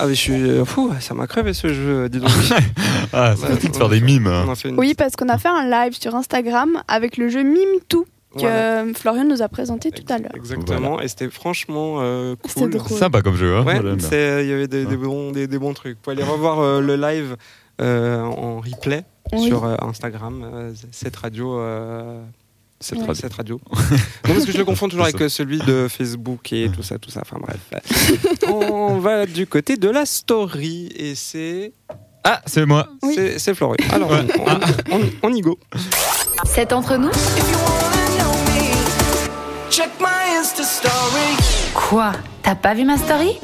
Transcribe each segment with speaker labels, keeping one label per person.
Speaker 1: Ah, mais je suis. Fou, ça m'a crevé ce jeu, dis donc.
Speaker 2: Ah, c'est
Speaker 1: Bah,
Speaker 2: pratique de
Speaker 1: on
Speaker 2: faire
Speaker 1: a
Speaker 2: des
Speaker 1: fait-
Speaker 2: mimes. hein.
Speaker 1: On a fait une-
Speaker 3: Oui, parce qu'on a fait un live sur Instagram avec le jeu Mime Tout que
Speaker 1: Voilà,
Speaker 3: euh, Florian nous a présenté tout à l'heure.
Speaker 1: Exactement, et c'était franchement euh,
Speaker 3: C'était
Speaker 1: cool.
Speaker 3: drôle.
Speaker 2: Sympa comme jeu. Hein
Speaker 1: Ouais,
Speaker 2: Voilà.
Speaker 1: c'est- il y avait des, des
Speaker 2: Ouais.
Speaker 1: bons, des, des bons trucs. Vous pouvez aller revoir euh, le live euh, en replay
Speaker 3: Oui.
Speaker 1: sur euh, Instagram, euh, cette radio. euh, cette,
Speaker 3: Ouais.
Speaker 1: ra- cette radio. non, parce que je le confonds toujours
Speaker 2: C'est
Speaker 1: avec euh, celui de Facebook et tout ça, tout ça. Enfin bref. On va du côté de la story et c'est
Speaker 2: Ah, c'est moi.
Speaker 3: Oui.
Speaker 1: c'est- c'est Florian. Alors
Speaker 2: Ouais.
Speaker 1: on, on- on- on y go.
Speaker 4: C'est entre nous Quoi T'as pas vu ma story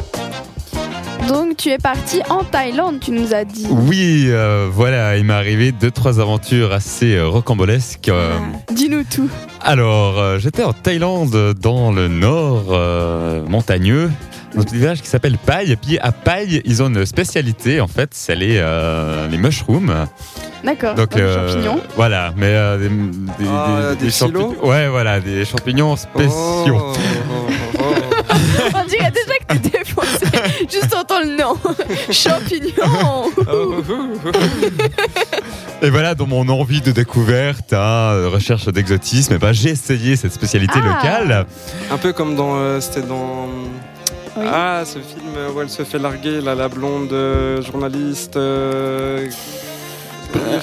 Speaker 3: Donc tu es parti en Thaïlande, tu nous as dit.
Speaker 2: Oui, euh, voilà, il m'est arrivé deux, trois aventures assez euh, rocambolesques. euh,
Speaker 3: Dis-nous tout.
Speaker 2: Alors, euh, j'étais en Thaïlande, euh, dans le nord euh, montagneux, dans un petit village qui s'appelle Pai. Et puis à Pai, ils ont une spécialité, en fait, c'est les, euh, les mushrooms.
Speaker 3: D'accord.
Speaker 2: Donc,
Speaker 3: des
Speaker 2: euh,
Speaker 3: champignons.
Speaker 2: Voilà, mais euh, des, des-
Speaker 1: Ah, des
Speaker 2: champi-
Speaker 1: silos
Speaker 2: Ouais, voilà, des champignons spéciaux.
Speaker 1: Oh, oh, oh, oh.
Speaker 3: On dirait déjà que t'es défoncé. Juste entends le nom. champignons.
Speaker 1: Oh, oh, oh, oh.
Speaker 2: Et voilà, dans mon envie de découverte, hein, de recherche d'exotisme, eh ben, j'ai essayé cette spécialité
Speaker 3: Ah.
Speaker 2: locale.
Speaker 1: Un peu comme dans. euh, C'était dans.
Speaker 3: Oui.
Speaker 1: Ah, ce film euh, où elle se fait larguer, là, la blonde euh, journaliste. euh,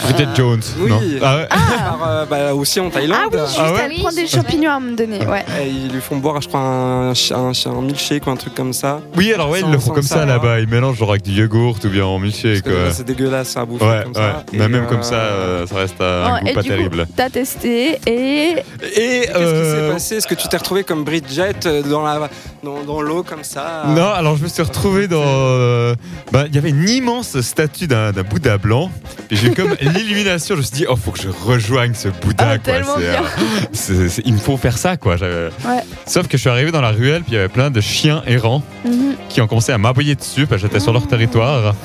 Speaker 2: Bridget Jones,
Speaker 1: Oui.
Speaker 2: non Ah ouais
Speaker 1: par, euh, bah, aussi en
Speaker 3: Ah
Speaker 1: Thaïlande.
Speaker 3: oui, juste
Speaker 2: Ah ouais
Speaker 3: elle prend des champignons à me donner. Ouais.
Speaker 1: Et ils lui font boire, je crois, un, ch- un, ch- un milkshake ou un truc comme ça.
Speaker 2: Oui, alors ouais, ils
Speaker 1: Sans-
Speaker 2: le font
Speaker 1: sans
Speaker 2: comme
Speaker 1: ça,
Speaker 2: ça,
Speaker 1: hein.
Speaker 2: là-bas. Ils mélangent genre avec du yogourt ou bien en
Speaker 1: Parce
Speaker 2: milkshake.
Speaker 1: que
Speaker 2: quoi.
Speaker 1: là, C'est dégueulasse à bouffer
Speaker 2: Ouais, ouais.
Speaker 1: comme ça.
Speaker 2: Bah,
Speaker 1: Et,
Speaker 2: même
Speaker 1: euh,
Speaker 2: comme ça, euh, ça reste un
Speaker 3: Oh,
Speaker 2: goût
Speaker 3: et
Speaker 2: pas
Speaker 3: du coup,
Speaker 2: terrible.
Speaker 3: T'as testé et
Speaker 2: Et
Speaker 1: Qu'est-ce qui
Speaker 2: euh,
Speaker 1: s'est passé Est-ce que tu t'es retrouvé comme Bridget euh, dans la dans, dans l'eau comme ça
Speaker 3: Ah.
Speaker 2: Non, alors je me suis retrouvé dans. euh, bah, Il y avait une immense statue d'un d'un Bouddha blanc. Et j'ai eu comme l'illumination. Je me suis dit, oh, faut que je rejoigne ce Bouddha.
Speaker 3: Ah,
Speaker 2: quoi.
Speaker 3: tellement
Speaker 2: C'est,
Speaker 3: bien.
Speaker 2: euh, c'est- c'est- il me faut faire ça, quoi. J'avais-
Speaker 3: Ouais.
Speaker 2: Sauf que je suis arrivé dans la ruelle, puis il y avait plein de chiens errants
Speaker 3: Mhm.
Speaker 2: qui ont commencé à m'aboyer dessus, parce que j'étais sur leur
Speaker 3: Ah.
Speaker 2: territoire.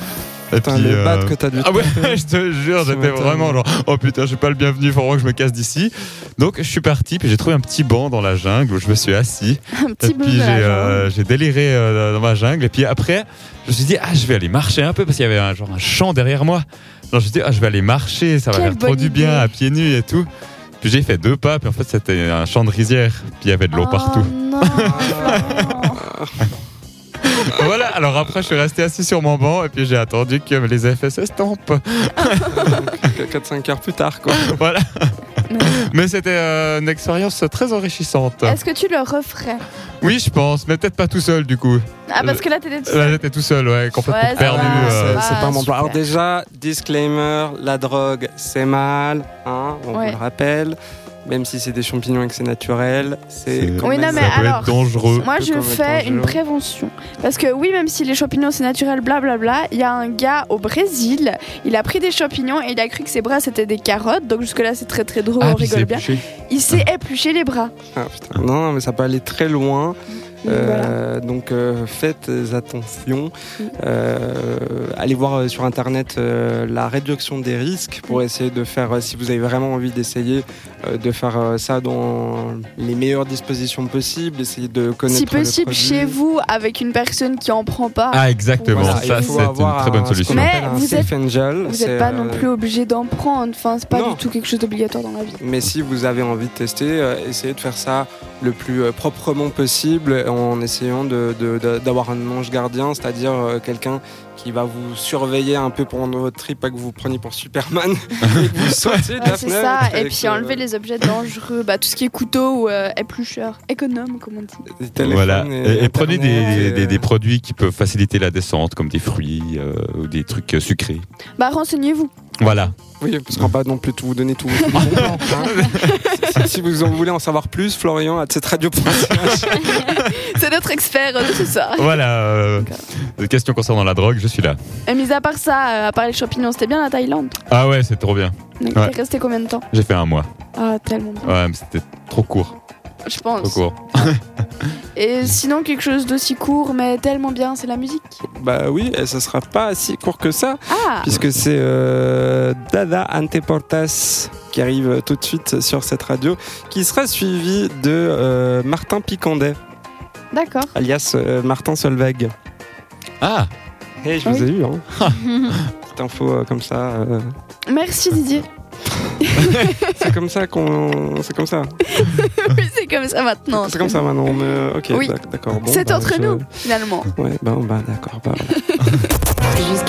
Speaker 2: Et
Speaker 1: Putain,
Speaker 2: puis,
Speaker 1: les
Speaker 2: euh,
Speaker 1: battes que t'as dû.
Speaker 2: Ah ouais, je te jure,
Speaker 1: Ce
Speaker 2: j'étais
Speaker 1: matin.
Speaker 2: vraiment genre, oh putain, je suis pas le bienvenu, faut vraiment que je me casse d'ici. Donc je suis parti, puis j'ai trouvé un petit banc dans la jungle où je me suis assis.
Speaker 3: un petit hein.
Speaker 2: et
Speaker 3: bout
Speaker 2: puis j'ai
Speaker 3: de la jambe.
Speaker 2: euh, j'ai déliré euh, dans ma jungle. Et puis après, je me suis dit, ah, je vais aller marcher un peu parce qu'il y avait un, genre un champ derrière moi. Donc je me suis dit, ah, je vais aller marcher, ça va
Speaker 3: Quelle
Speaker 2: faire trop
Speaker 3: bonne
Speaker 2: du bien
Speaker 3: idée.
Speaker 2: à pieds nus et tout. Puis j'ai fait deux pas, puis en fait c'était un champ de rizière, puis il y avait de l'eau
Speaker 3: Oh,
Speaker 2: partout.
Speaker 3: non.
Speaker 2: voilà, alors après je suis resté assis sur mon banc et puis j'ai attendu que les effets s'estompent.
Speaker 1: 4-5 heures plus tard, quoi.
Speaker 2: Voilà.
Speaker 3: Mais-
Speaker 2: Mais c'était euh, une expérience très enrichissante.
Speaker 3: Est-ce que tu le referais
Speaker 2: Oui, je pense, mais peut-être pas tout seul du coup.
Speaker 3: Ah, parce que là, t'étais tout
Speaker 2: Là,
Speaker 3: seul.
Speaker 2: j'étais tout seul, ouais, complètement
Speaker 3: Ouais, ça
Speaker 2: perdu.
Speaker 3: va,
Speaker 2: euh,
Speaker 1: C'est-
Speaker 3: va.
Speaker 1: c'est pas mon plan.
Speaker 3: super.
Speaker 1: Alors déjà, disclaimer, la drogue, c'est mal, hein, on
Speaker 3: Ouais.
Speaker 1: vous le rappelle. Même si c'est des champignons et que c'est naturel, c'est
Speaker 2: C'est-
Speaker 1: quand
Speaker 3: Oui,
Speaker 1: même...
Speaker 2: ça
Speaker 3: non, mais
Speaker 2: peut
Speaker 3: alors,
Speaker 2: être dangereux.
Speaker 3: Moi,
Speaker 1: Un peu
Speaker 3: je
Speaker 1: comme
Speaker 3: fais
Speaker 1: étant
Speaker 3: une
Speaker 1: jeu.
Speaker 3: prévention. Parce que, oui, même si les champignons c'est naturel, blablabla, il y a un gars au Brésil, il a pris des champignons et il a cru que ses bras c'était des carottes. Donc, jusque-là, c'est très très drôle,
Speaker 2: Ah,
Speaker 3: on
Speaker 2: puis
Speaker 3: rigole
Speaker 2: c'est
Speaker 3: bien.
Speaker 2: épluché.
Speaker 3: Il s'est épluché les bras.
Speaker 1: Ah, putain. Non, non, mais ça peut aller très loin.
Speaker 3: Donc, voilà.
Speaker 1: Euh, Donc euh, faites attention. Euh, allez voir euh, sur internet euh, la réduction des risques pour essayer de faire, euh, si vous avez vraiment envie d'essayer, euh, de faire euh, ça dans les meilleures dispositions possibles. Essayez de connaître.
Speaker 3: Si
Speaker 1: le
Speaker 3: possible,
Speaker 1: produit.
Speaker 3: chez vous, avec une personne qui en prend pas.
Speaker 2: Ah, exactement,
Speaker 3: Voilà,
Speaker 2: ça
Speaker 1: il
Speaker 2: c'est
Speaker 1: faut
Speaker 2: une
Speaker 1: avoir
Speaker 2: très bonne
Speaker 1: un- ce qu'on
Speaker 2: solution.
Speaker 3: Mais
Speaker 1: appelle un
Speaker 3: vous
Speaker 1: safe angel,
Speaker 3: Vous
Speaker 1: c'est,
Speaker 3: n'êtes pas non
Speaker 1: euh,
Speaker 3: plus obligé d'en prendre. Enfin, c'est pas
Speaker 1: Non.
Speaker 3: du tout quelque chose d'obligatoire dans la vie.
Speaker 1: Mais si vous avez envie de tester, euh, essayez de faire ça le plus euh, proprement possible en essayant de- de- de- d'avoir un ange gardien, c'est-à-dire euh, quelqu'un qui va vous surveiller un peu pendant votre trip, pas que vous vous preniez pour Superman et que vous sautiez de
Speaker 3: Ouais,
Speaker 1: la
Speaker 3: c'est
Speaker 1: fenêtre.
Speaker 3: ça. Et
Speaker 1: avec,
Speaker 3: puis
Speaker 1: euh,
Speaker 3: enlever les objets dangereux, bah, tout ce qui est couteau ou euh, éplucheur, économe, comme on dit.
Speaker 1: les téléphones
Speaker 2: Voilà. Et, et prenez
Speaker 1: Internet,
Speaker 2: des,
Speaker 1: et,
Speaker 2: des-
Speaker 1: euh,
Speaker 2: des produits qui peuvent faciliter la descente, comme des fruits euh, ou des trucs euh, sucrés.
Speaker 3: Bah, renseignez-vous.
Speaker 2: Voilà.
Speaker 1: Oui, parce qu'on va pas non plus tout vous donner tout. tout le monde, hein. si, si vous en voulez en savoir plus, Florian, à cette radio.
Speaker 3: C'est notre expert de tout ça.
Speaker 2: Voilà. euh, des questions concernant la drogue, je suis là.
Speaker 3: Et mis à part ça, euh, à part les champignons, c'était bien la Thaïlande.
Speaker 2: Ah ouais, c'est trop bien.
Speaker 3: Donc,
Speaker 2: Ouais.
Speaker 3: T'es resté combien de temps
Speaker 2: J'ai fait un mois.
Speaker 3: Ah, tellement bien.
Speaker 2: Ouais, mais c'était trop court.
Speaker 3: Je
Speaker 2: Trop
Speaker 3: pense.
Speaker 2: court.
Speaker 3: Et sinon, quelque chose d'aussi court, mais tellement bien, c'est la musique.
Speaker 1: bah oui, et ça sera pas si court que ça.
Speaker 3: Ah
Speaker 1: puisque c'est euh, Dada Anteportas qui arrive tout de suite sur cette radio, qui sera suivi de euh, Martin Picandet,
Speaker 3: D'accord.
Speaker 1: alias euh, Martin Solveig.
Speaker 2: Ah,
Speaker 1: Hey, je vous ai eu, hein.
Speaker 3: Ah.
Speaker 1: Petite info euh, comme ça. euh,
Speaker 3: Merci Didier.
Speaker 1: C'est comme ça qu'on. C'est comme ça.
Speaker 3: Oui, c'est comme ça maintenant.
Speaker 1: C'est comme ça maintenant. mais, euh, ok,
Speaker 3: Oui.
Speaker 1: d'ac- d'accord. bon,
Speaker 3: C'est
Speaker 1: bah,
Speaker 3: entre
Speaker 1: je-
Speaker 3: nous, finalement.
Speaker 1: Ouais, ben, bah, d'accord. bah, voilà.
Speaker 4: Jusqu'à